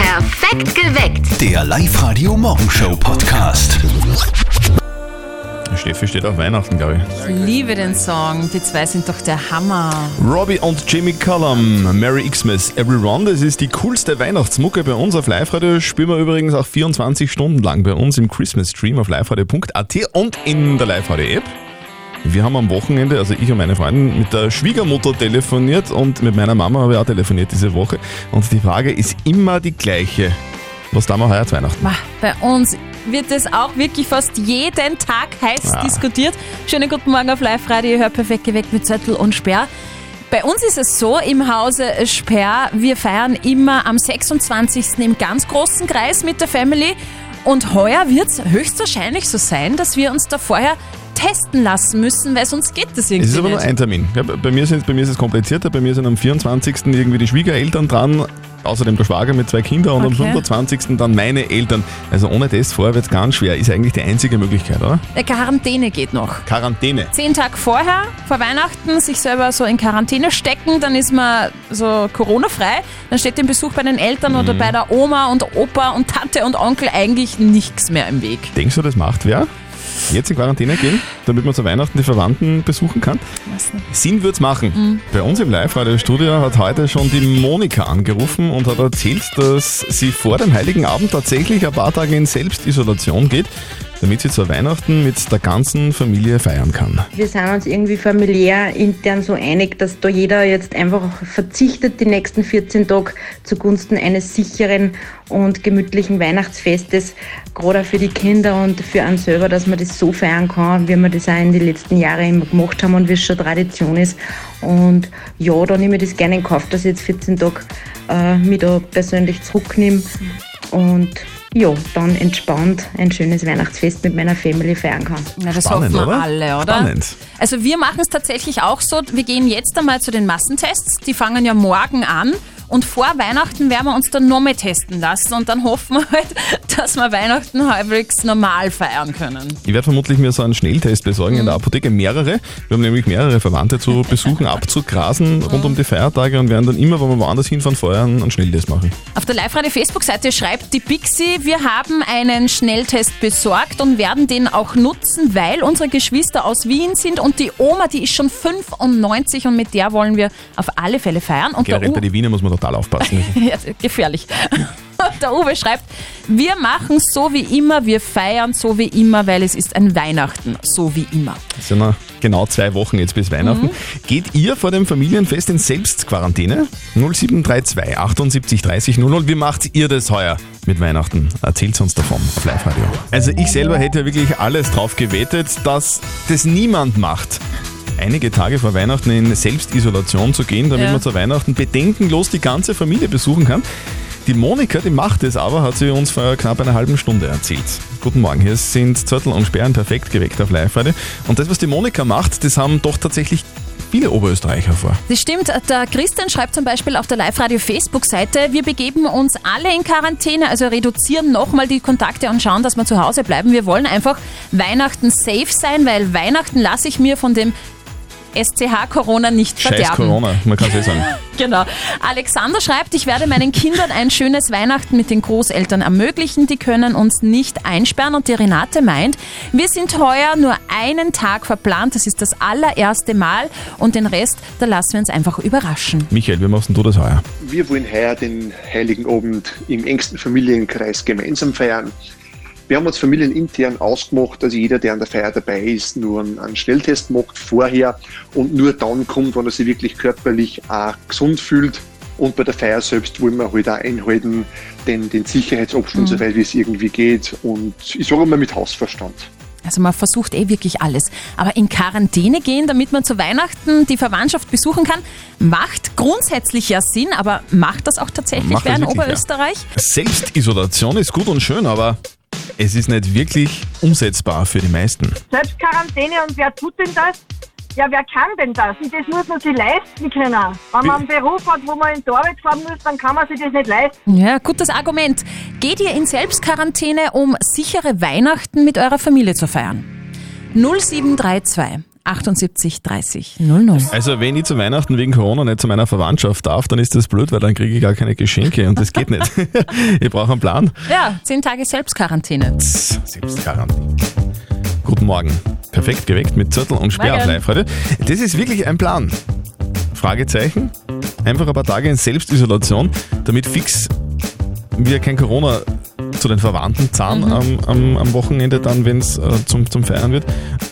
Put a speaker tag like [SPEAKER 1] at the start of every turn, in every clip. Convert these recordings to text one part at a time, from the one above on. [SPEAKER 1] Perfekt geweckt.
[SPEAKER 2] Der Live-Radio Morgenshow Podcast.
[SPEAKER 3] Steffi steht auf Weihnachten, glaube ich.
[SPEAKER 4] Liebe den Song, die zwei sind doch der Hammer.
[SPEAKER 3] Robbie und Jimmy Cullum, Merry Xmas, Everyone. Das ist die coolste Weihnachtsmucke bei uns auf Live-Radio. Spielen wir übrigens auch 24 Stunden lang bei uns im Christmas-Stream auf liveradio.at und in der Live-Radio-App. Wir haben am Wochenende, also ich und meine Freundin, mit der Schwiegermutter telefoniert und mit meiner Mama habe ich auch telefoniert diese Woche. Und die Frage ist immer die gleiche. Was tun wir heuer zu Weihnachten?
[SPEAKER 4] Ma, Bei uns wird es auch wirklich fast jeden Tag heiß
[SPEAKER 3] Ah.
[SPEAKER 4] diskutiert. Schönen guten Morgen auf Live-Radio, ihr hört perfekt geweckt mit Zettel und Sperr. Bei uns ist es so, im Hause Sperr, wir feiern immer am 26. im ganz großen Kreis mit der Family. Und heuer wird es höchstwahrscheinlich so sein, dass wir uns da vorher testen lassen müssen, weil sonst geht das irgendwie
[SPEAKER 3] Es ist aber nur
[SPEAKER 4] nicht.
[SPEAKER 3] ein Termin. Ja, bei, mir sind, bei mir ist es komplizierter. Bei mir sind am 24. irgendwie die Schwiegereltern dran, außerdem der Schwager mit zwei Kindern und
[SPEAKER 4] Okay.
[SPEAKER 3] am 25. dann meine Eltern. Also ohne das vorher wird es ganz schwer. Ist eigentlich die einzige Möglichkeit, oder?
[SPEAKER 4] Eine Quarantäne geht noch.
[SPEAKER 3] Quarantäne.
[SPEAKER 4] zehn Tage vorher, vor Weihnachten, sich selber so in Quarantäne stecken, dann ist man so Corona-frei, dann steht dem Besuch bei den Eltern
[SPEAKER 3] Mhm.
[SPEAKER 4] oder bei der Oma und Opa und Tante und Onkel eigentlich nichts mehr im Weg.
[SPEAKER 3] Denkst du, das macht wer? Jetzt in Quarantäne gehen, damit man zu Weihnachten die Verwandten besuchen kann? Sinn wird's machen. Bei uns im Live-Radio-Studio hat heute schon die Monika angerufen und hat erzählt, dass sie vor dem Heiligen Abend tatsächlich ein paar Tage in Selbstisolation geht, damit sie zu Weihnachten mit der ganzen Familie feiern kann.
[SPEAKER 5] Wir sind uns irgendwie familiär intern so einig, dass da jeder jetzt einfach verzichtet die nächsten 14 Tage zugunsten eines sicheren und gemütlichen Weihnachtsfestes, gerade auch für die Kinder und für einen selber, dass man das so feiern kann, wie wir das auch in den letzten Jahren immer gemacht haben und wie es schon Tradition ist. Und ja, da nehme ich das gerne in Kauf, dass ich jetzt 14 Tage äh, mich da persönlich zurücknehme und ja, dann entspannt ein schönes Weihnachtsfest mit meiner Family feiern kann.
[SPEAKER 4] Na, das
[SPEAKER 3] Spannend,
[SPEAKER 4] hoffen wir
[SPEAKER 3] oder?
[SPEAKER 4] alle, oder?
[SPEAKER 3] Spannend.
[SPEAKER 4] Also wir machen es tatsächlich auch so, wir gehen jetzt einmal zu den Massentests, die fangen ja morgen an. Und vor Weihnachten werden wir uns dann noch mehr testen lassen und dann hoffen wir halt, dass wir Weihnachten halbwegs normal feiern können.
[SPEAKER 3] Ich werde vermutlich mir so einen Schnelltest besorgen in der Apotheke, mehrere. Wir haben nämlich mehrere Verwandte zu besuchen, abzugrasen rund um die Feiertage und werden dann immer, wenn wir woanders hinfahren, vorher einen einen Schnelltest machen.
[SPEAKER 4] Auf der Live-Radio-Facebook-Seite schreibt die Pixie, wir haben einen Schnelltest besorgt und werden den auch nutzen, weil unsere Geschwister aus Wien sind und die Oma, die ist schon 95 und mit der wollen wir auf alle Fälle feiern. Und der
[SPEAKER 3] Generell bei
[SPEAKER 4] Uwe,
[SPEAKER 3] den Wiener muss man total aufpassen.
[SPEAKER 4] ja, gefährlich. Und Der Uwe schreibt, wir machen so wie immer, wir feiern so wie immer, weil es ist ein Weihnachten, so wie immer.
[SPEAKER 3] Es sind noch genau zwei Wochen jetzt bis Weihnachten. Geht ihr vor dem Familienfest in Selbstquarantäne? 0732 78 30 00. Wie macht ihr das heuer mit Weihnachten? Erzählt uns davon auf Live-Radio. Also ich selber hätte ja wirklich alles drauf gewettet, dass das niemand macht. Einige Tage vor Weihnachten in Selbstisolation zu gehen, damit
[SPEAKER 4] Ja.
[SPEAKER 3] man zu Weihnachten bedenkenlos die ganze Familie besuchen kann. Die Monika, die macht es aber, hat sie uns vor knapp einer halben Stunde erzählt. Guten Morgen, hier sind Zörtel und Sperren perfekt geweckt auf live -Rede. Und das, was die Monika macht, das haben doch tatsächlich viele Oberösterreicher vor.
[SPEAKER 4] Das stimmt. Der Christian schreibt zum Beispiel auf der Live-Radio-Facebook-Seite, wir begeben uns alle in Quarantäne, also reduzieren nochmal die Kontakte und schauen, dass wir zu Hause bleiben. Wir wollen einfach Weihnachten safe sein, weil Weihnachten lasse ich mir von dem SCH Corona nicht verderben.
[SPEAKER 3] Scheiß Corona, man kann es eh sagen.
[SPEAKER 4] Genau. Alexander schreibt, ich werde meinen Kindern ein schönes Weihnachten mit den Großeltern ermöglichen. Die können uns nicht einsperren. Und die Renate meint, wir sind heuer nur einen Tag verplant. Das ist das allererste Mal. Und den Rest, da lassen wir uns einfach überraschen.
[SPEAKER 3] Michael, wie machst denn du das heuer?
[SPEAKER 6] Wir wollen heuer den Heiligen Abend im engsten Familienkreis gemeinsam feiern. Wir haben uns familienintern ausgemacht, dass jeder, der an der Feier dabei ist, nur einen, einen Schnelltest macht vorher und nur dann kommt, wenn er sich wirklich körperlich auch gesund fühlt. Und bei der Feier selbst wollen wir halt auch einhalten, den, den Sicherheitsabstand, soweit wie es irgendwie geht. Und ich sage immer mit Hausverstand.
[SPEAKER 4] Also man versucht eh wirklich alles. Aber in Quarantäne gehen, damit man zu Weihnachten die Verwandtschaft besuchen kann, macht grundsätzlich ja Sinn. Aber macht das auch tatsächlich
[SPEAKER 3] Macht das
[SPEAKER 4] wer in
[SPEAKER 3] wirklich, ja.
[SPEAKER 4] Oberösterreich?
[SPEAKER 3] Selbstisolation ist gut und schön, aber es ist nicht wirklich umsetzbar für die meisten.
[SPEAKER 7] selbst Quarantäne und wer tut denn das? Ja, wer kann denn das? Und das muss man sich leisten können. Wenn man einen Beruf hat, wo man in die Arbeit fahren muss, dann kann man sich das nicht leisten.
[SPEAKER 4] Ja, gutes Argument. Geht ihr in Selbstquarantäne, um sichere Weihnachten mit eurer Familie zu feiern? 0732 78 30 00.
[SPEAKER 3] Also wenn ich zu Weihnachten wegen Corona nicht zu meiner Verwandtschaft darf, dann ist das blöd, weil dann kriege ich gar keine Geschenke und das geht nicht. ich brauche einen Plan.
[SPEAKER 4] Ja, 10 Tage Selbstquarantäne.
[SPEAKER 3] Selbstgarantie. Guten Morgen. Perfekt geweckt mit Zettel und Sperr auf
[SPEAKER 4] Morgen.
[SPEAKER 3] live heute. Das ist wirklich ein Plan. Fragezeichen. Einfach ein paar Tage in Selbstisolation, damit fix wieder kein Corona zu den Verwandten zahn
[SPEAKER 4] Mhm.
[SPEAKER 3] am, am, am Wochenende dann, wenn es äh, zum, zum Feiern wird.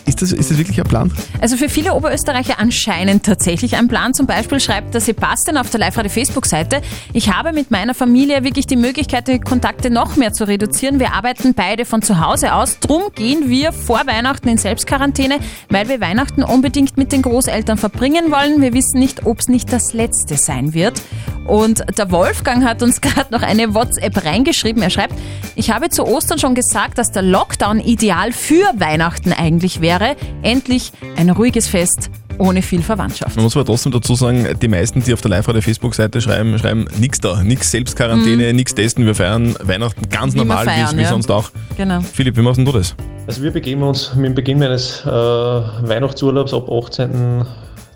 [SPEAKER 3] Ist das, ist das wirklich ein Plan?
[SPEAKER 4] Also für viele Oberösterreicher anscheinend tatsächlich ein Plan. Zum Beispiel schreibt der Sebastian auf der Live-Radio-Facebook-Seite, ich habe mit meiner Familie wirklich die Möglichkeit, die Kontakte noch mehr zu reduzieren. Wir arbeiten beide von zu Hause aus. Drum gehen wir vor Weihnachten in Selbstquarantäne, weil wir Weihnachten unbedingt mit den Großeltern verbringen wollen. Wir wissen nicht, ob es nicht das letzte sein wird. Und der Wolfgang hat uns gerade noch eine WhatsApp reingeschrieben. Er schreibt, ich habe zu Ostern schon gesagt, dass der Lockdown ideal für Weihnachten eigentlich wäre. Endlich ein ruhiges Fest ohne viel Verwandtschaft.
[SPEAKER 3] Man muss aber trotzdem dazu sagen, die meisten, die auf der live der Facebook-Seite schreiben, schreiben nix da, nix Selbstquarantäne, nix testen, wir feiern Weihnachten ganz
[SPEAKER 4] Mhm. Wie wir
[SPEAKER 3] normal, wie es-
[SPEAKER 4] feiern,
[SPEAKER 3] wie
[SPEAKER 4] ja.
[SPEAKER 3] sonst auch.
[SPEAKER 4] Genau.
[SPEAKER 3] Philipp, wie machst denn du das?
[SPEAKER 1] Also wir begeben uns mit dem Beginn meines äh, Weihnachtsurlaubs ab 18.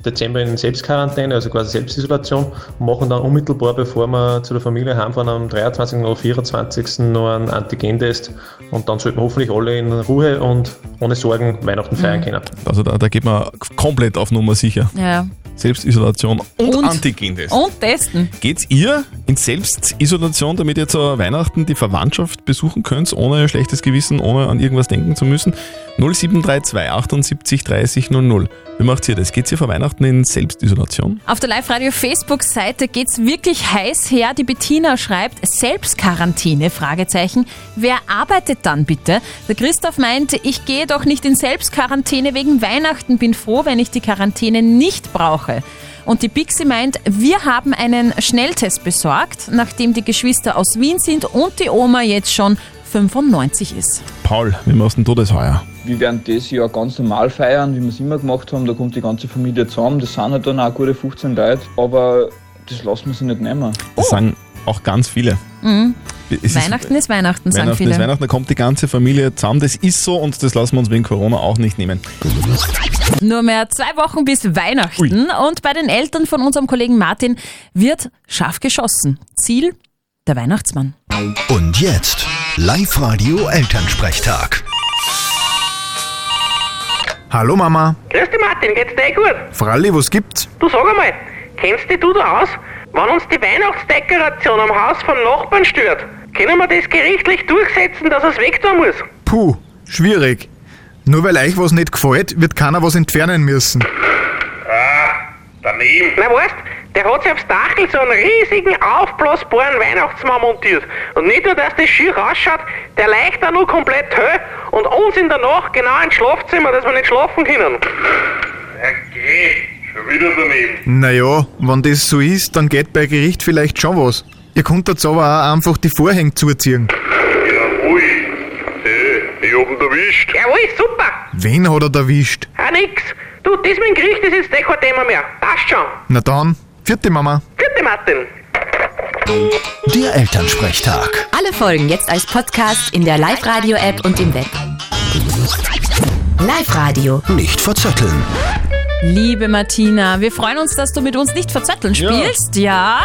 [SPEAKER 1] Dezember in Selbstquarantäne, also quasi Selbstisolation, und machen dann unmittelbar, bevor wir zu der Familie heimfahren, am 23. oder 24. noch einen Antigentest und dann sollten hoffentlich alle in Ruhe und ohne Sorgen Weihnachten feiern können.
[SPEAKER 3] Also da, da geht man komplett auf Nummer sicher.
[SPEAKER 4] Ja.
[SPEAKER 3] Selbstisolation und,
[SPEAKER 4] Und-
[SPEAKER 3] Antigen-Test.
[SPEAKER 4] Und testen.
[SPEAKER 3] Geht's ihr in Selbstisolation, damit ihr zu Weihnachten die Verwandtschaft besuchen könnt, ohne schlechtes Gewissen, ohne an irgendwas denken zu müssen? 0732 78 30 00. Wie macht ihr das? Geht's ihr vor Weihnachten in Selbstisolation?
[SPEAKER 4] Auf der Live-Radio-Facebook-Seite geht's wirklich heiß her. Die Bettina schreibt, Selbstquarantäne, Fragezeichen. Wer arbeitet dann bitte? Der Christoph meinte, ich gehe doch nicht in Selbstquarantäne wegen Weihnachten, bin froh, wenn ich die Quarantäne nicht brauche. Und die Bixi meint, wir haben einen Schnelltest besorgt, nachdem die Geschwister aus Wien sind und die Oma jetzt schon 95 ist.
[SPEAKER 3] Paul, wie machst denn du das heuer?
[SPEAKER 8] Wir werden das Jahr ganz normal feiern, wie wir es immer gemacht haben. Da kommt die ganze Familie zusammen. Das sind halt dann auch gute 15 Leute. Aber das lassen wir sich nicht nehmen.
[SPEAKER 3] Das sagen auch ganz viele. Es
[SPEAKER 4] Oh. Mhm. Weihnachten ist Weihnachten, sagen
[SPEAKER 3] Weihnachten
[SPEAKER 4] viele.
[SPEAKER 3] ist Weihnachten, da kommt die ganze Familie zusammen. Das ist so und das lassen wir uns wegen Corona auch nicht nehmen.
[SPEAKER 4] Nur mehr zwei Wochen bis Weihnachten. Und bei den Eltern von unserem Kollegen Martin wird scharf geschossen. Ziel der Weihnachtsmann.
[SPEAKER 2] Und jetzt Live-Radio Elternsprechtag.
[SPEAKER 9] Hallo Mama.
[SPEAKER 10] Grüß dich Martin, geht's dir eh gut?
[SPEAKER 9] Fralli, was gibt's?
[SPEAKER 10] Du sag einmal, kennst dich du da aus? Wenn uns die Weihnachtsdekoration am Haus vom Nachbarn stört, können wir das gerichtlich durchsetzen, dass es weg tun muss?
[SPEAKER 9] Puh, schwierig. Nur weil euch was nicht gefällt, wird keiner was entfernen müssen.
[SPEAKER 10] Na weißt, der hat sich aufs Dachel so einen riesigen, aufblasbaren Weihnachtsmann montiert. Und nicht nur, dass das schier ausschaut, der leicht auch nur komplett hell und uns in der Nacht genau ins Schlafzimmer, dass wir nicht schlafen können.
[SPEAKER 9] Naja, wenn das so ist, dann geht bei Gericht vielleicht schon was. Ihr könntet aber auch einfach die Vorhänge zuziehen.
[SPEAKER 10] Jawohl, super!
[SPEAKER 9] Wen hat er da erwischt?
[SPEAKER 10] Ah, nix! Du, das mit dem Gericht ist jetzt eh kein Thema mehr. Passt schon.
[SPEAKER 9] Na dann, vierte Mama.
[SPEAKER 10] Vierte Martin.
[SPEAKER 2] Der Elternsprechtag.
[SPEAKER 11] Alle Folgen jetzt als Podcast in der Live-Radio-App und im Web. Live-Radio.
[SPEAKER 2] Nicht verzetteln.
[SPEAKER 4] Liebe Martina, wir freuen uns, dass du mit uns nicht verzetteln
[SPEAKER 3] Ja.
[SPEAKER 4] spielst. Ja.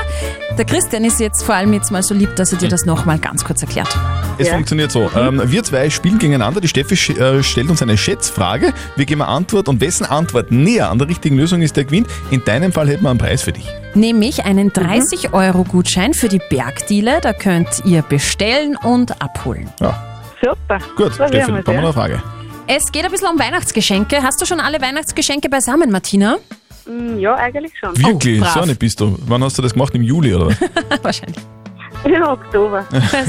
[SPEAKER 4] Der Christian ist jetzt vor allem jetzt mal so lieb, dass er dir das nochmal ganz kurz erklärt.
[SPEAKER 3] Es funktioniert so. Ähm, wir zwei spielen gegeneinander. Die Steffi sch- äh, stellt uns eine Schätzfrage. Wir geben eine Antwort und wessen Antwort näher an der richtigen Lösung ist, der gewinnt. In deinem Fall hätten wir einen Preis für dich.
[SPEAKER 4] Nämlich einen 30-Euro-Gutschein für die Bergdiele. Da könnt ihr bestellen und abholen.
[SPEAKER 3] Ja,
[SPEAKER 7] Super.
[SPEAKER 3] gut.
[SPEAKER 7] Probieren
[SPEAKER 3] Steffi,
[SPEAKER 7] wir's,
[SPEAKER 3] brauchen wir
[SPEAKER 7] ja.
[SPEAKER 3] eine Frage.
[SPEAKER 4] Es geht ein bisschen um Weihnachtsgeschenke. Hast du schon alle Weihnachtsgeschenke beisammen, Martina?
[SPEAKER 7] Mm, Ja, eigentlich schon.
[SPEAKER 3] Wirklich?
[SPEAKER 4] brav.
[SPEAKER 3] so eine bist du. Wann hast du das gemacht? Im Juli oder was?
[SPEAKER 4] Wahrscheinlich.
[SPEAKER 7] Im Oktober.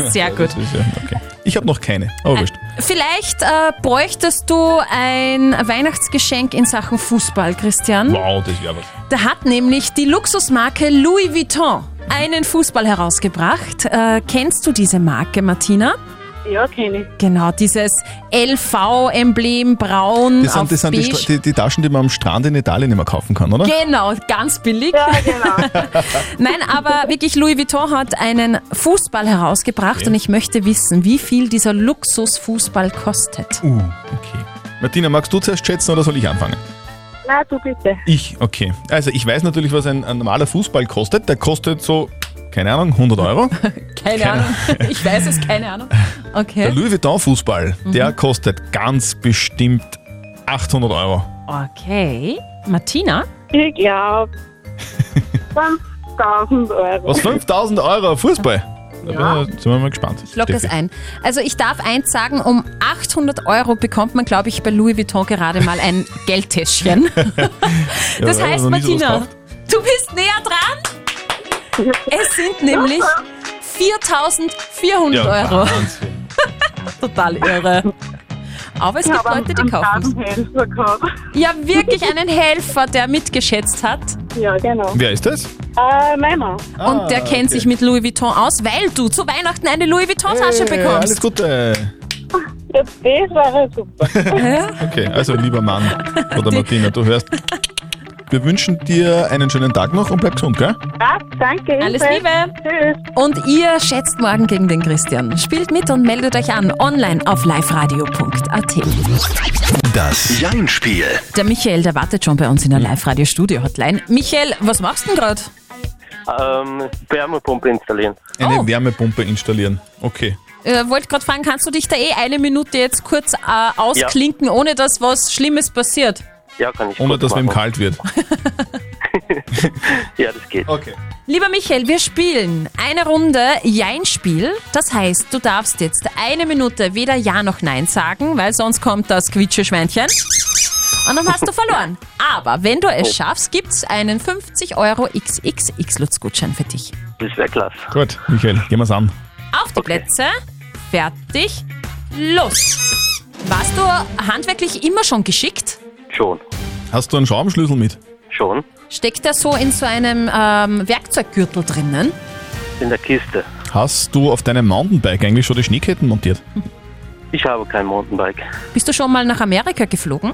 [SPEAKER 4] Sehr gut.
[SPEAKER 3] Das ist ja- okay. Ich habe noch keine, aber wurscht.
[SPEAKER 4] Vielleicht äh, bräuchtest du ein Weihnachtsgeschenk in Sachen Fußball, Christian.
[SPEAKER 3] Wow, das wäre was.
[SPEAKER 4] Da hat nämlich die Luxusmarke Louis Vuitton einen Fußball herausgebracht. Äh, kennst du diese Marke, Martina?
[SPEAKER 7] Ja, kenne ich.
[SPEAKER 4] Genau, dieses LV-Emblem braun
[SPEAKER 3] Das
[SPEAKER 4] auf
[SPEAKER 3] sind, das sind die,
[SPEAKER 4] beige.
[SPEAKER 3] Stra- die, die Taschen, die man am Strand in Italien immer kaufen kann, oder?
[SPEAKER 4] Genau, ganz billig.
[SPEAKER 7] Ja, genau.
[SPEAKER 4] Nein, aber wirklich, Louis Vuitton hat einen Fußball herausgebracht und ich möchte wissen, wie viel dieser Luxusfußball kostet.
[SPEAKER 3] Uh, okay. Martina, magst du zuerst schätzen oder soll ich anfangen?
[SPEAKER 7] Nein, du bitte.
[SPEAKER 3] Ich, okay. Also ich weiß natürlich, was ein, ein normaler Fußball kostet. Der kostet so, keine Ahnung, 100 Euro.
[SPEAKER 4] Keine Ahnung. Ich weiß es, keine Ahnung.
[SPEAKER 3] Der
[SPEAKER 4] Okay.
[SPEAKER 3] Louis Vuitton-Fußball,
[SPEAKER 4] Mhm.
[SPEAKER 3] der kostet ganz bestimmt 800 Euro.
[SPEAKER 4] Okay. Martina?
[SPEAKER 7] Ich glaube 5000 Euro.
[SPEAKER 3] Was, 5000 Euro Fußball? Da
[SPEAKER 4] Ja.
[SPEAKER 3] bin ich- sind wir mal gespannt.
[SPEAKER 4] Ich logge es
[SPEAKER 3] Steffi.
[SPEAKER 4] ein. Also ich darf eins sagen, um 800 Euro bekommt man, glaube ich, bei Louis Vuitton gerade mal ein Geldtäschchen.
[SPEAKER 3] Ja,
[SPEAKER 4] Das
[SPEAKER 3] weil
[SPEAKER 4] heißt,
[SPEAKER 3] man noch nie sowas
[SPEAKER 4] Martina,
[SPEAKER 3] kauft.
[SPEAKER 4] du bist näher dran. Es sind nämlich
[SPEAKER 3] Ja,
[SPEAKER 4] 4.400 Euro.
[SPEAKER 3] Wahnsinn.
[SPEAKER 4] Total irre. Aber es gibt Leute, die kaufen.
[SPEAKER 7] Helfer gehabt.
[SPEAKER 4] Ja, wirklich einen Helfer, der mitgeschätzt hat.
[SPEAKER 7] Ja, genau.
[SPEAKER 3] Wer ist das?
[SPEAKER 7] Äh, mein Mann.
[SPEAKER 3] Ah,
[SPEAKER 4] und der kennt sich mit Louis Vuitton aus, weil du zu Weihnachten eine Louis Vuitton-Tasche
[SPEAKER 3] Hey, Alles
[SPEAKER 4] bekommst.
[SPEAKER 3] Gute.
[SPEAKER 7] Jetzt das wäre super.
[SPEAKER 3] Okay, also lieber Mann oder Martina, du hörst. Wir wünschen dir einen schönen Tag noch und bleib gesund, gell?
[SPEAKER 7] Ja, danke.
[SPEAKER 4] Alles
[SPEAKER 7] ebenfalls.
[SPEAKER 4] Liebe.
[SPEAKER 7] Tschüss.
[SPEAKER 4] Und ihr schätzt morgen gegen den Christian. Spielt mit und meldet euch an online auf liveradio.at.
[SPEAKER 2] Das Jein-Spiel.
[SPEAKER 4] Der Michael, der wartet schon bei uns in der Live-Radio-Studio-Hotline. Michael, was machst du denn gerade?
[SPEAKER 12] Ähm, Wärmepumpe installieren.
[SPEAKER 3] Eine
[SPEAKER 4] Oh.
[SPEAKER 3] Wärmepumpe installieren. Okay.
[SPEAKER 4] Äh, wollte gerade fragen, kannst du dich da eh eine Minute jetzt kurz äh, ausklinken, ohne dass was Schlimmes passiert?
[SPEAKER 12] Ja, kann ich
[SPEAKER 3] Ohne
[SPEAKER 12] kurz
[SPEAKER 3] dass wem
[SPEAKER 12] machen.
[SPEAKER 3] kalt wird.
[SPEAKER 12] Ja, das geht.
[SPEAKER 3] Okay.
[SPEAKER 4] Lieber Michael, wir spielen eine Runde Jein-Spiel. Das heißt, du darfst jetzt eine Minute weder Ja noch Nein sagen, weil sonst kommt das Quietscheschweinchen. Und dann hast du verloren. Aber wenn du es schaffst, gibt's einen 50 Euro XXX-Lutz-Gutschein für dich.
[SPEAKER 12] Das wäre klasse.
[SPEAKER 3] Gut, Michael, gehen wir's an.
[SPEAKER 4] Auf die Plätze, fertig, los. Warst du handwerklich immer schon geschickt?
[SPEAKER 12] Schon.
[SPEAKER 3] Hast du einen Schraubenschlüssel mit?
[SPEAKER 12] Schon.
[SPEAKER 4] Steckt er so in so einem ähm, Werkzeuggürtel drinnen?
[SPEAKER 12] In der Kiste.
[SPEAKER 3] Hast du auf deinem Mountainbike eigentlich schon die Schneeketten montiert?
[SPEAKER 12] Ich habe kein Mountainbike.
[SPEAKER 4] Bist du schon mal nach Amerika geflogen?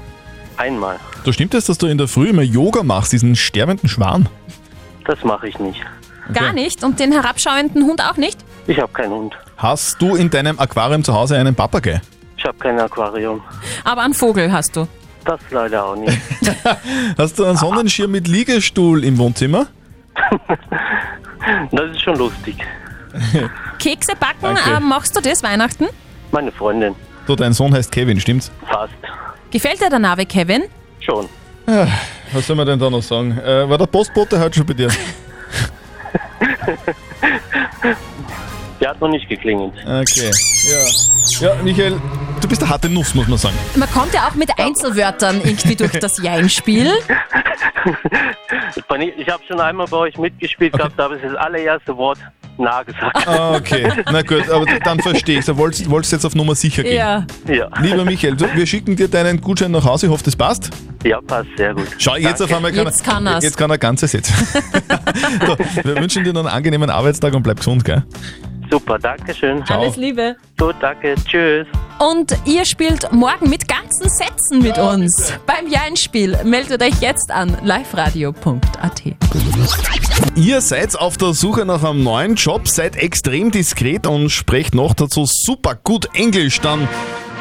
[SPEAKER 12] Einmal.
[SPEAKER 3] Da stimmt es, dass du in der Früh immer Yoga machst, diesen sterbenden Schwan.
[SPEAKER 12] Das mache ich nicht.
[SPEAKER 4] Gar nicht. Und den herabschauenden Hund auch nicht?
[SPEAKER 12] Ich habe keinen Hund.
[SPEAKER 3] Hast du in deinem Aquarium zu Hause einen Papagei?
[SPEAKER 12] Ich habe kein Aquarium.
[SPEAKER 4] Aber einen Vogel hast du.
[SPEAKER 12] Das leider auch nicht.
[SPEAKER 3] Hast du einen Sonnenschirm mit Liegestuhl im Wohnzimmer?
[SPEAKER 12] Das ist schon lustig.
[SPEAKER 4] Kekse backen,
[SPEAKER 3] Danke.
[SPEAKER 4] äh, machst du das Weihnachten?
[SPEAKER 12] Meine Freundin.
[SPEAKER 3] So, dein Sohn heißt Kevin, stimmt's?
[SPEAKER 12] Fast.
[SPEAKER 4] Gefällt dir der Name, Kevin?
[SPEAKER 12] Schon.
[SPEAKER 3] Was soll man denn da noch sagen? Äh, war der Postbote heute schon bei dir?
[SPEAKER 12] Der hat noch nicht geklingelt.
[SPEAKER 3] Okay. Ja. Ja, Michael, du bist eine harte Nuss, muss man sagen.
[SPEAKER 4] Man kommt ja auch mit Einzelwörtern irgendwie durch das Jein-Spiel.
[SPEAKER 12] Ich habe schon einmal bei euch mitgespielt gehabt, aber es ist das allererste Wort Na gesagt.
[SPEAKER 3] Ah, Okay, na gut, aber dann verstehe ich's. Du wolltest, wolltest jetzt auf Nummer sicher gehen.
[SPEAKER 4] Ja.
[SPEAKER 12] Ja.
[SPEAKER 3] Lieber Michael, du, wir schicken dir deinen Gutschein nach Hause, ich hoffe, das passt.
[SPEAKER 12] Ja, passt. Sehr gut.
[SPEAKER 3] Schau, jetzt auf einmal kann,
[SPEAKER 4] Jetzt
[SPEAKER 3] er,
[SPEAKER 4] kann er's.
[SPEAKER 3] jetzt kann er ganze Sätze. so, wir wünschen dir noch einen angenehmen Arbeitstag und bleib gesund, gell?
[SPEAKER 12] Super. Dankeschön.
[SPEAKER 3] Ciao.
[SPEAKER 4] Alles Liebe.
[SPEAKER 12] Gut, danke. Tschüss.
[SPEAKER 4] Und ihr spielt morgen mit ganzen Sätzen mit uns beim Jein-Spiel. Meldet euch jetzt an liveradio.at.
[SPEAKER 3] Ihr seid auf der Suche nach einem neuen Job, seid extrem diskret und sprecht noch dazu super gut Englisch, dann,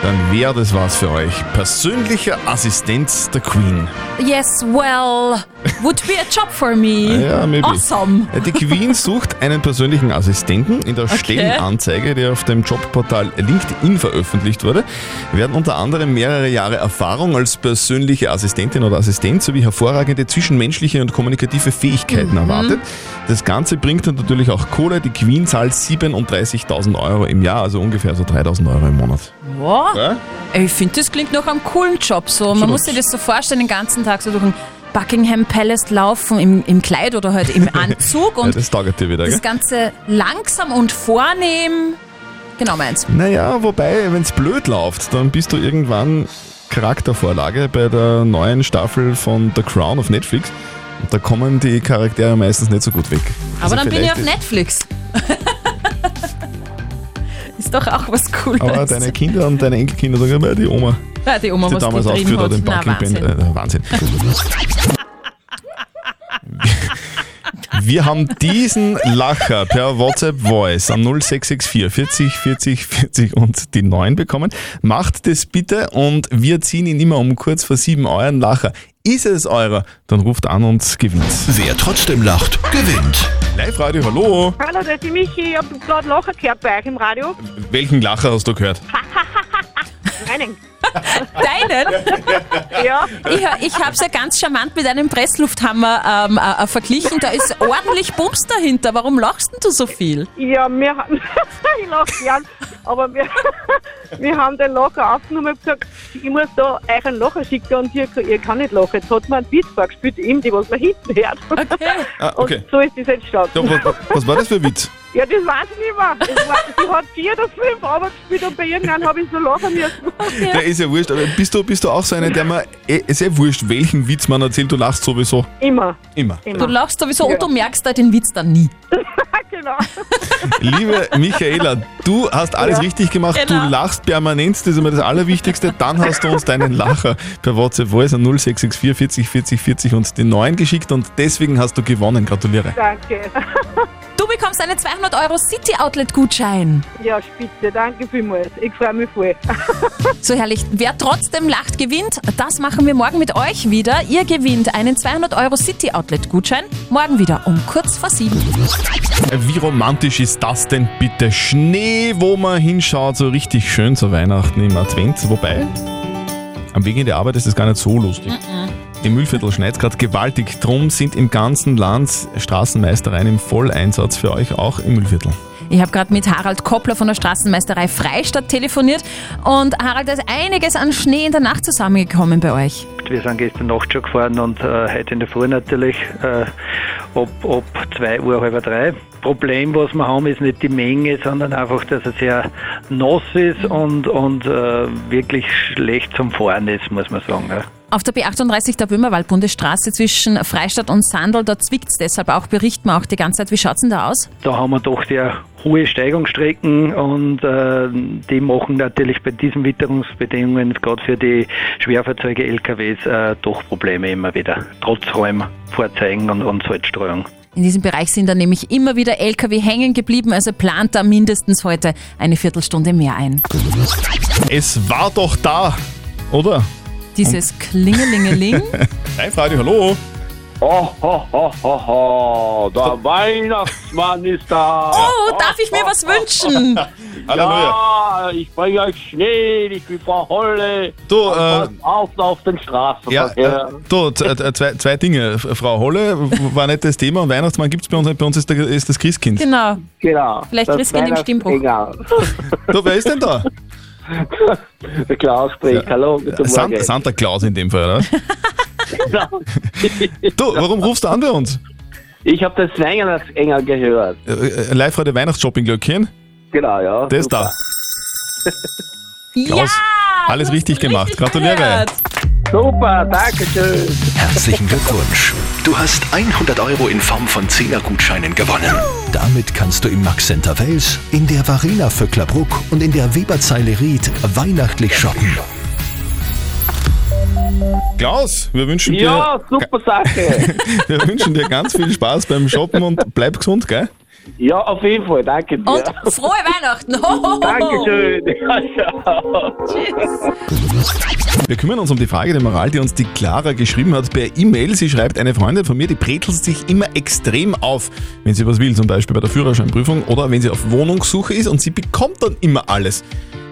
[SPEAKER 3] dann wäre das was für euch. Persönlicher Assistent der Queen.
[SPEAKER 4] Yes, well, would be a job for me.
[SPEAKER 3] Ah Ja, maybe. Äh,
[SPEAKER 4] Awesome.
[SPEAKER 3] Die Queen sucht einen persönlichen Assistenten. In der Stellenanzeige, die auf dem Jobportal LinkedIn veröffentlicht wurde, werden unter anderem mehrere Jahre Erfahrung als persönliche Assistentin oder Assistent sowie hervorragende zwischenmenschliche und kommunikative Fähigkeiten erwartet. Das Ganze bringt dann natürlich auch Kohle. Die Queen zahlt 37.000 Euro im Jahr, also ungefähr so 3.000 Euro im Monat.
[SPEAKER 4] Wow.
[SPEAKER 3] Ja?
[SPEAKER 4] Ey, Ich finde, das klingt nach einem coolen Job. So. Man
[SPEAKER 3] Absolut.
[SPEAKER 4] muss sich das so vorstellen, den ganzen Tag so durch den Buckingham Palace laufen, im, im Kleid oder halt im Anzug
[SPEAKER 3] Ja,
[SPEAKER 4] und
[SPEAKER 3] das taugt dir wieder, gell?
[SPEAKER 4] das Ganze langsam und vornehm. Genau meins.
[SPEAKER 3] Naja, wobei, wenn's blöd läuft, dann bist du irgendwann Charaktervorlage bei der neuen Staffel von The Crown auf Netflix. Und da kommen die Charaktere meistens nicht so gut weg.
[SPEAKER 4] Aber
[SPEAKER 3] Also
[SPEAKER 4] dann bin ich
[SPEAKER 3] vielleicht
[SPEAKER 4] auf
[SPEAKER 3] ist-
[SPEAKER 4] Netflix. Ist doch auch was Cooles.
[SPEAKER 3] Aber deine Kinder und deine Enkelkinder sagen immer, die Oma,
[SPEAKER 4] ja, die Oma,
[SPEAKER 3] die
[SPEAKER 4] was
[SPEAKER 3] damals
[SPEAKER 4] getrieben
[SPEAKER 3] aufgeführt
[SPEAKER 4] hat.
[SPEAKER 3] hat im
[SPEAKER 4] Na,
[SPEAKER 3] Bucking Band.
[SPEAKER 4] Wahnsinn.
[SPEAKER 3] Äh, Wahnsinn. Wir haben diesen Lacher per WhatsApp Voice am 0664 40 40 40 und die 9 bekommen. Macht das bitte und wir ziehen ihn immer um kurz vor 7 euren Lacher. ist es eurer, dann ruft an und gewinnt.
[SPEAKER 2] Wer trotzdem lacht, gewinnt.
[SPEAKER 3] Live-Radio, hallo.
[SPEAKER 13] Hallo, das ist Michi. Ich habe gerade Lacher gehört bei euch im Radio.
[SPEAKER 3] Welchen Lacher hast du gehört?
[SPEAKER 13] Meinen.
[SPEAKER 4] Deinen?
[SPEAKER 13] Ja.
[SPEAKER 4] Ich, ha- ich habe es ja ganz charmant mit einem Presslufthammer ähm, äh, äh, verglichen. Da ist ordentlich Bums dahinter. Warum lachst denn du so viel?
[SPEAKER 13] Ja, wir haben, ich lache gern, aber wir, wir haben den Lacher aufgenommen und gesagt, ich muss da euch einen Lacher schicken und ihr, ihr kann nicht lachen. Jetzt hat mir einen Witz vorgespielt, ihm, die was man hinten hört.
[SPEAKER 3] Ah, okay.
[SPEAKER 13] So ist das entstanden.
[SPEAKER 3] Ja, wa- wa- was war das für ein Witz?
[SPEAKER 13] Ja, das weiß ich nicht mehr. Das war, sie hat vier oder fünf abgespielt und bei irgendeinem habe ich so lachen müssen.
[SPEAKER 3] Der ist ja wurscht. Aber bist du, bist du auch so einer, der mir. eh- Ist ja wurscht, welchen Witz man erzählt, du lachst sowieso.
[SPEAKER 13] Immer.
[SPEAKER 3] Immer.
[SPEAKER 4] Du lachst sowieso und du merkst da den Witz dann nie.
[SPEAKER 13] Genau.
[SPEAKER 3] Liebe Michaela, du hast alles
[SPEAKER 4] Ja.
[SPEAKER 3] richtig gemacht.
[SPEAKER 4] Genau.
[SPEAKER 3] Du lachst permanent, das ist immer das Allerwichtigste. Dann hast du uns deinen Lacher per WhatsApp Voice an 0664 40 40 40 und den neuen geschickt und deswegen hast du gewonnen. Gratuliere.
[SPEAKER 13] Danke.
[SPEAKER 4] Du bekommst einen 200 Euro City Outlet Gutschein.
[SPEAKER 13] Ja, spitze. Danke vielmals. Ich freue mich voll.
[SPEAKER 4] So herrlich. Wer trotzdem lacht, gewinnt. Das machen wir morgen mit euch wieder. Ihr gewinnt einen 200 Euro City Outlet Gutschein. Morgen wieder um kurz vor sieben.
[SPEAKER 3] Äh, Wie romantisch ist das denn bitte? Schnee, wo man hinschaut, so richtig schön zu Weihnachten im Advent. Wobei, am Weg in die Arbeit ist es gar nicht so lustig. Im Müllviertel schneit es gerade gewaltig. Drum sind im ganzen Land Straßenmeistereien im Volleinsatz für euch auch im Müllviertel.
[SPEAKER 4] Ich habe gerade mit Harald Koppler von der Straßenmeisterei Freistadt telefoniert und Harald, da ist einiges an Schnee in der Nacht zusammengekommen bei euch.
[SPEAKER 14] Wir sind gestern Nacht schon gefahren und äh, heute in der Früh natürlich äh, ab, ab 2 Uhr, halb drei. Problem, was wir haben, ist nicht die Menge, sondern einfach, dass es sehr nass ist und, und äh, wirklich schlecht zum Fahren ist, muss man sagen. Ja.
[SPEAKER 4] Auf der B38 der Böhmerwald-Bundesstraße zwischen Freistadt und Sandl, da zwickt es deshalb auch, berichten wir auch die ganze Zeit. Wie schaut's denn da aus?
[SPEAKER 14] Da haben wir doch sehr hohe Steigungsstrecken und äh, die machen natürlich bei diesen Witterungsbedingungen gerade für die Schwerfahrzeuge, LKWs, äh, doch Probleme immer wieder. Trotz Räumvorzeigen und, und Salzstreuung.
[SPEAKER 4] In diesem Bereich sind dann nämlich immer wieder Lkw hängen geblieben, also plant da mindestens heute eine Viertelstunde mehr ein.
[SPEAKER 3] Es war doch da, oder?
[SPEAKER 4] Dieses Klingelingeling.
[SPEAKER 3] Live Radio, hallo.
[SPEAKER 15] Ho, ho, ho, ho, ho. Der Weihnachtsmann ist da.
[SPEAKER 4] Oh, darf ich mir was wünschen?
[SPEAKER 15] Ja, ich bringe euch Schnee, ich bin Frau Holle.
[SPEAKER 3] Du,
[SPEAKER 15] äh, auf, auf den Straßen.
[SPEAKER 3] Ja, äh, du, z- äh, zwei, zwei Dinge. F- Frau Holle w- war nicht das Thema und Weihnachtsmann gibt es bei uns nicht. Bei uns ist, der, ist das Christkind.
[SPEAKER 4] Genau.
[SPEAKER 15] Genau.
[SPEAKER 4] Vielleicht
[SPEAKER 15] Das
[SPEAKER 4] Christkind im
[SPEAKER 15] Weihnachts-
[SPEAKER 4] Stimmbruch.
[SPEAKER 15] Egal.
[SPEAKER 3] Du, wer ist denn da?
[SPEAKER 15] Der Klaus spricht. Hallo, guten
[SPEAKER 3] San-
[SPEAKER 15] Morgen. Genau.
[SPEAKER 3] Santa Claus in dem Fall, oder? du, warum rufst du an bei uns?
[SPEAKER 15] Ich habe das Weihnachtsengel gehört.
[SPEAKER 3] Äh, äh, Live heute Weihnachtsshopping-Glöckchen.
[SPEAKER 15] Genau, ja.
[SPEAKER 3] Das da. Klaus, alles richtig gemacht. Gratuliere.
[SPEAKER 15] Super, danke schön.
[SPEAKER 2] Herzlichen Glückwunsch. Du hast 100 Euro in Form von 10er Gutscheinen gewonnen. Damit kannst du im Max Center Wels, in der Varela Vöcklerbruck und in der Weberzeile Ried weihnachtlich shoppen.
[SPEAKER 3] Klaus, wir wünschen
[SPEAKER 15] Ja,
[SPEAKER 3] dir.
[SPEAKER 15] super Sache.
[SPEAKER 3] Wir wünschen dir ganz viel Spaß beim Shoppen und bleib gesund, gell?
[SPEAKER 15] Ja, auf jeden Fall, danke dir.
[SPEAKER 4] Und frohe Weihnachten!
[SPEAKER 15] Dankeschön. Ja, ciao.
[SPEAKER 3] Wir kümmern uns um die Frage der Moral, die uns die Clara geschrieben hat per E-Mail. Sie schreibt, eine Freundin von mir, die pretelt sich immer extrem auf, wenn sie was will, zum Beispiel bei der Führerscheinprüfung oder wenn sie auf Wohnungssuche ist und sie bekommt dann immer alles.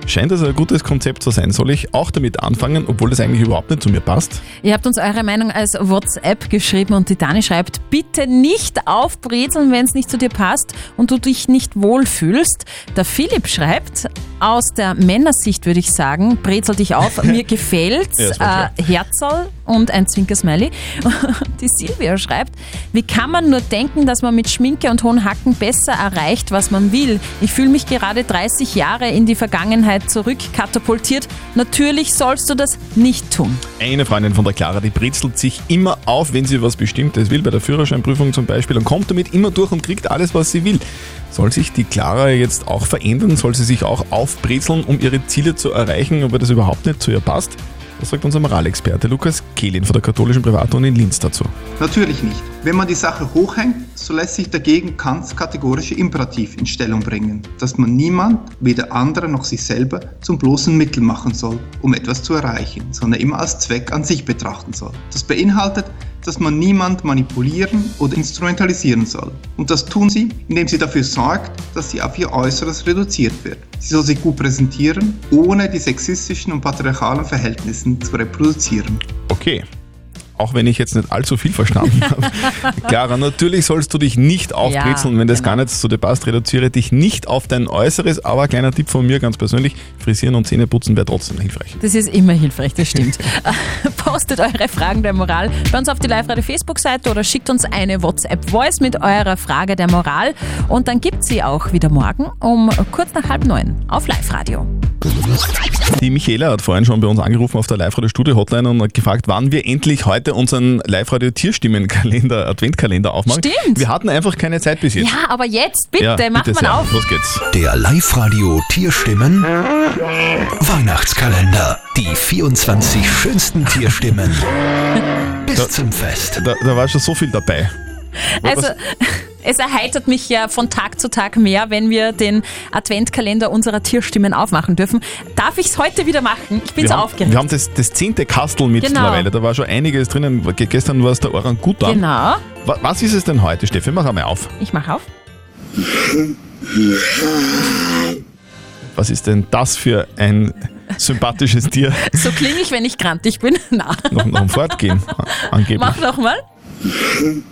[SPEAKER 3] Scheint also ein gutes Konzept zu sein. Soll ich auch damit anfangen, obwohl das eigentlich überhaupt nicht zu mir passt?
[SPEAKER 4] Ihr habt uns eure Meinung als WhatsApp geschrieben und die Dani schreibt, bitte nicht aufbrezeln, wenn es nicht zu dir passt und du dich nicht wohlfühlst. Der Philipp schreibt, aus der Männersicht würde ich sagen, brezel dich auf, mir gefällt's,
[SPEAKER 16] Ja, das war
[SPEAKER 4] äh, Herzerl und ein Zwinkersmiley. Die Silvia schreibt, wie kann man nur denken, dass man mit Schminke und hohen Hacken besser erreicht, was man will? Ich fühle mich gerade 30 Jahre in die Vergangenheit zurückkatapultiert. Natürlich sollst du das nicht tun.
[SPEAKER 3] Eine Freundin von der Clara, die brezelt sich immer auf, wenn sie was Bestimmtes will, bei der Führerscheinprüfung zum Beispiel, und kommt damit immer durch und kriegt alles, was sie will. Soll sich die Clara jetzt auch verändern? Soll sie sich auch aufbrezeln, um ihre Ziele zu erreichen, aber das überhaupt nicht zu ihr passt? Das sagt unser Moralexperte Lukas Kehlin von der katholischen Privatuni in Linz dazu.
[SPEAKER 17] Natürlich nicht.
[SPEAKER 16] Wenn man die Sache hochhängt, so lässt sich dagegen Kants kategorische Imperativ in Stellung bringen, dass man niemand, weder andere noch sich selber, zum bloßen Mittel machen soll, um etwas zu erreichen, sondern immer als Zweck an sich betrachten soll. Das beinhaltet, dass man niemand manipulieren oder instrumentalisieren soll. Und das tun sie, indem sie dafür sorgt, dass sie auf ihr Äußeres reduziert wird. Sie soll sich gut präsentieren, ohne die sexistischen und patriarchalen Verhältnissen zu reproduzieren.
[SPEAKER 3] Okay. Auch wenn ich jetzt nicht allzu viel verstanden habe. Clara, natürlich sollst du dich nicht aufbrezeln, wenn
[SPEAKER 4] genau.
[SPEAKER 3] das gar nicht zu dir passt. Reduziere dich nicht auf dein Äußeres. Aber kleiner Tipp von mir ganz persönlich: Frisieren und Zähne putzen wäre trotzdem hilfreich.
[SPEAKER 4] Das ist immer hilfreich, das stimmt. Äh, Postet eure Fragen der Moral bei uns auf die Live-Radio-Facebook-Seite oder schickt uns eine WhatsApp-Voice mit eurer Frage der Moral. Und dann gibt sie auch wieder morgen um kurz nach halb neun auf Live-Radio.
[SPEAKER 3] Die Michaela hat vorhin schon bei uns angerufen auf der Live-Radio-Studio-Hotline und hat gefragt, wann wir endlich heute unseren Live-Radio-Tierstimmenkalender, Adventkalender aufmachen.
[SPEAKER 4] Stimmt.
[SPEAKER 3] Wir hatten einfach keine Zeit bis jetzt.
[SPEAKER 4] Ja, aber jetzt, bitte,
[SPEAKER 3] Ja,
[SPEAKER 4] macht man
[SPEAKER 3] sehr.
[SPEAKER 4] auf.
[SPEAKER 3] Los geht's.
[SPEAKER 2] Der Live-Radio Tierstimmen Weihnachtskalender. Die 24 schönsten Tierstimmen bis zum Fest.
[SPEAKER 3] Da, da war schon so viel dabei.
[SPEAKER 4] Also, es erheitert mich ja von Tag zu Tag mehr, wenn wir den Adventkalender unserer Tierstimmen aufmachen dürfen. Darf ich es heute wieder machen? Ich bin
[SPEAKER 3] wir
[SPEAKER 4] so
[SPEAKER 3] haben,
[SPEAKER 4] aufgeregt.
[SPEAKER 3] Wir haben das, das zehnte Kastel mit
[SPEAKER 4] Genau.
[SPEAKER 3] mittlerweile. Da war schon einiges drinnen. Ge- Gestern war es der Orangutan.
[SPEAKER 4] Genau.
[SPEAKER 3] Wa- Was ist es denn heute, Steffi? Mach einmal auf.
[SPEAKER 4] Ich mache auf.
[SPEAKER 3] Was ist denn das für ein sympathisches Tier?
[SPEAKER 4] So klinge ich, wenn ich grantig bin. Na,
[SPEAKER 3] Noch, noch ein Fortgehen, a- angeblich.
[SPEAKER 4] mach noch mal.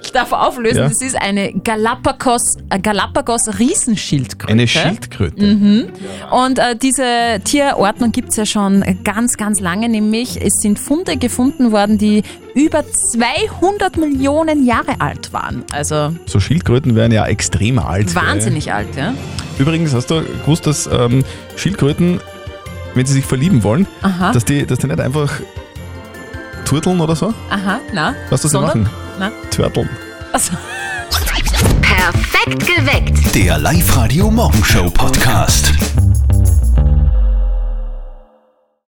[SPEAKER 4] Ich darf auflösen,
[SPEAKER 3] Ja.
[SPEAKER 4] das ist eine Galapagos, äh, Galapagos Riesenschildkröte.
[SPEAKER 3] Eine Schildkröte.
[SPEAKER 4] Mhm. Und äh, diese Tierordnung gibt es ja schon ganz, ganz lange, nämlich es sind Funde gefunden worden, die über 200 Millionen Jahre alt waren. Also
[SPEAKER 3] So Schildkröten werden ja extrem alt.
[SPEAKER 4] wahnsinnig alt, ja.
[SPEAKER 3] Übrigens, hast du gewusst, dass ähm, Schildkröten, wenn sie sich verlieben wollen,
[SPEAKER 4] Aha.
[SPEAKER 3] dass die, dass die nicht einfach turteln oder so?
[SPEAKER 4] Aha, na.
[SPEAKER 3] Weißt du, was sie
[SPEAKER 4] Sondern?
[SPEAKER 3] machen?
[SPEAKER 4] Na.
[SPEAKER 3] Turteln.
[SPEAKER 4] Also,
[SPEAKER 11] Perfekt geweckt.
[SPEAKER 2] Der Live-Radio Morgenshow Podcast.